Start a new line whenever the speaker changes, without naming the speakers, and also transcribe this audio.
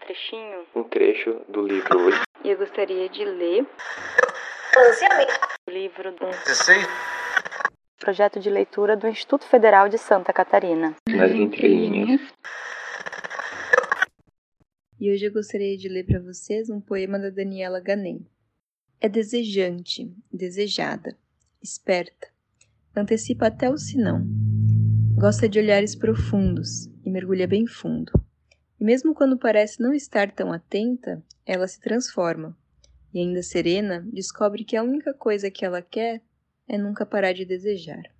trechinho
um trecho do livro
e eu gostaria de ler o livro do projeto de leitura do Instituto Federal de Santa Catarina.
Nas Entrelinhas.
E hoje eu gostaria de ler para vocês um poema da Daniela Ganem. É desejante, desejada, esperta, antecipa até o sinão. Gosta de olhares profundos e mergulha bem fundo. E mesmo quando parece não estar tão atenta, ela se transforma. E ainda serena, descobre que a única coisa que ela quer é nunca parar de desejar.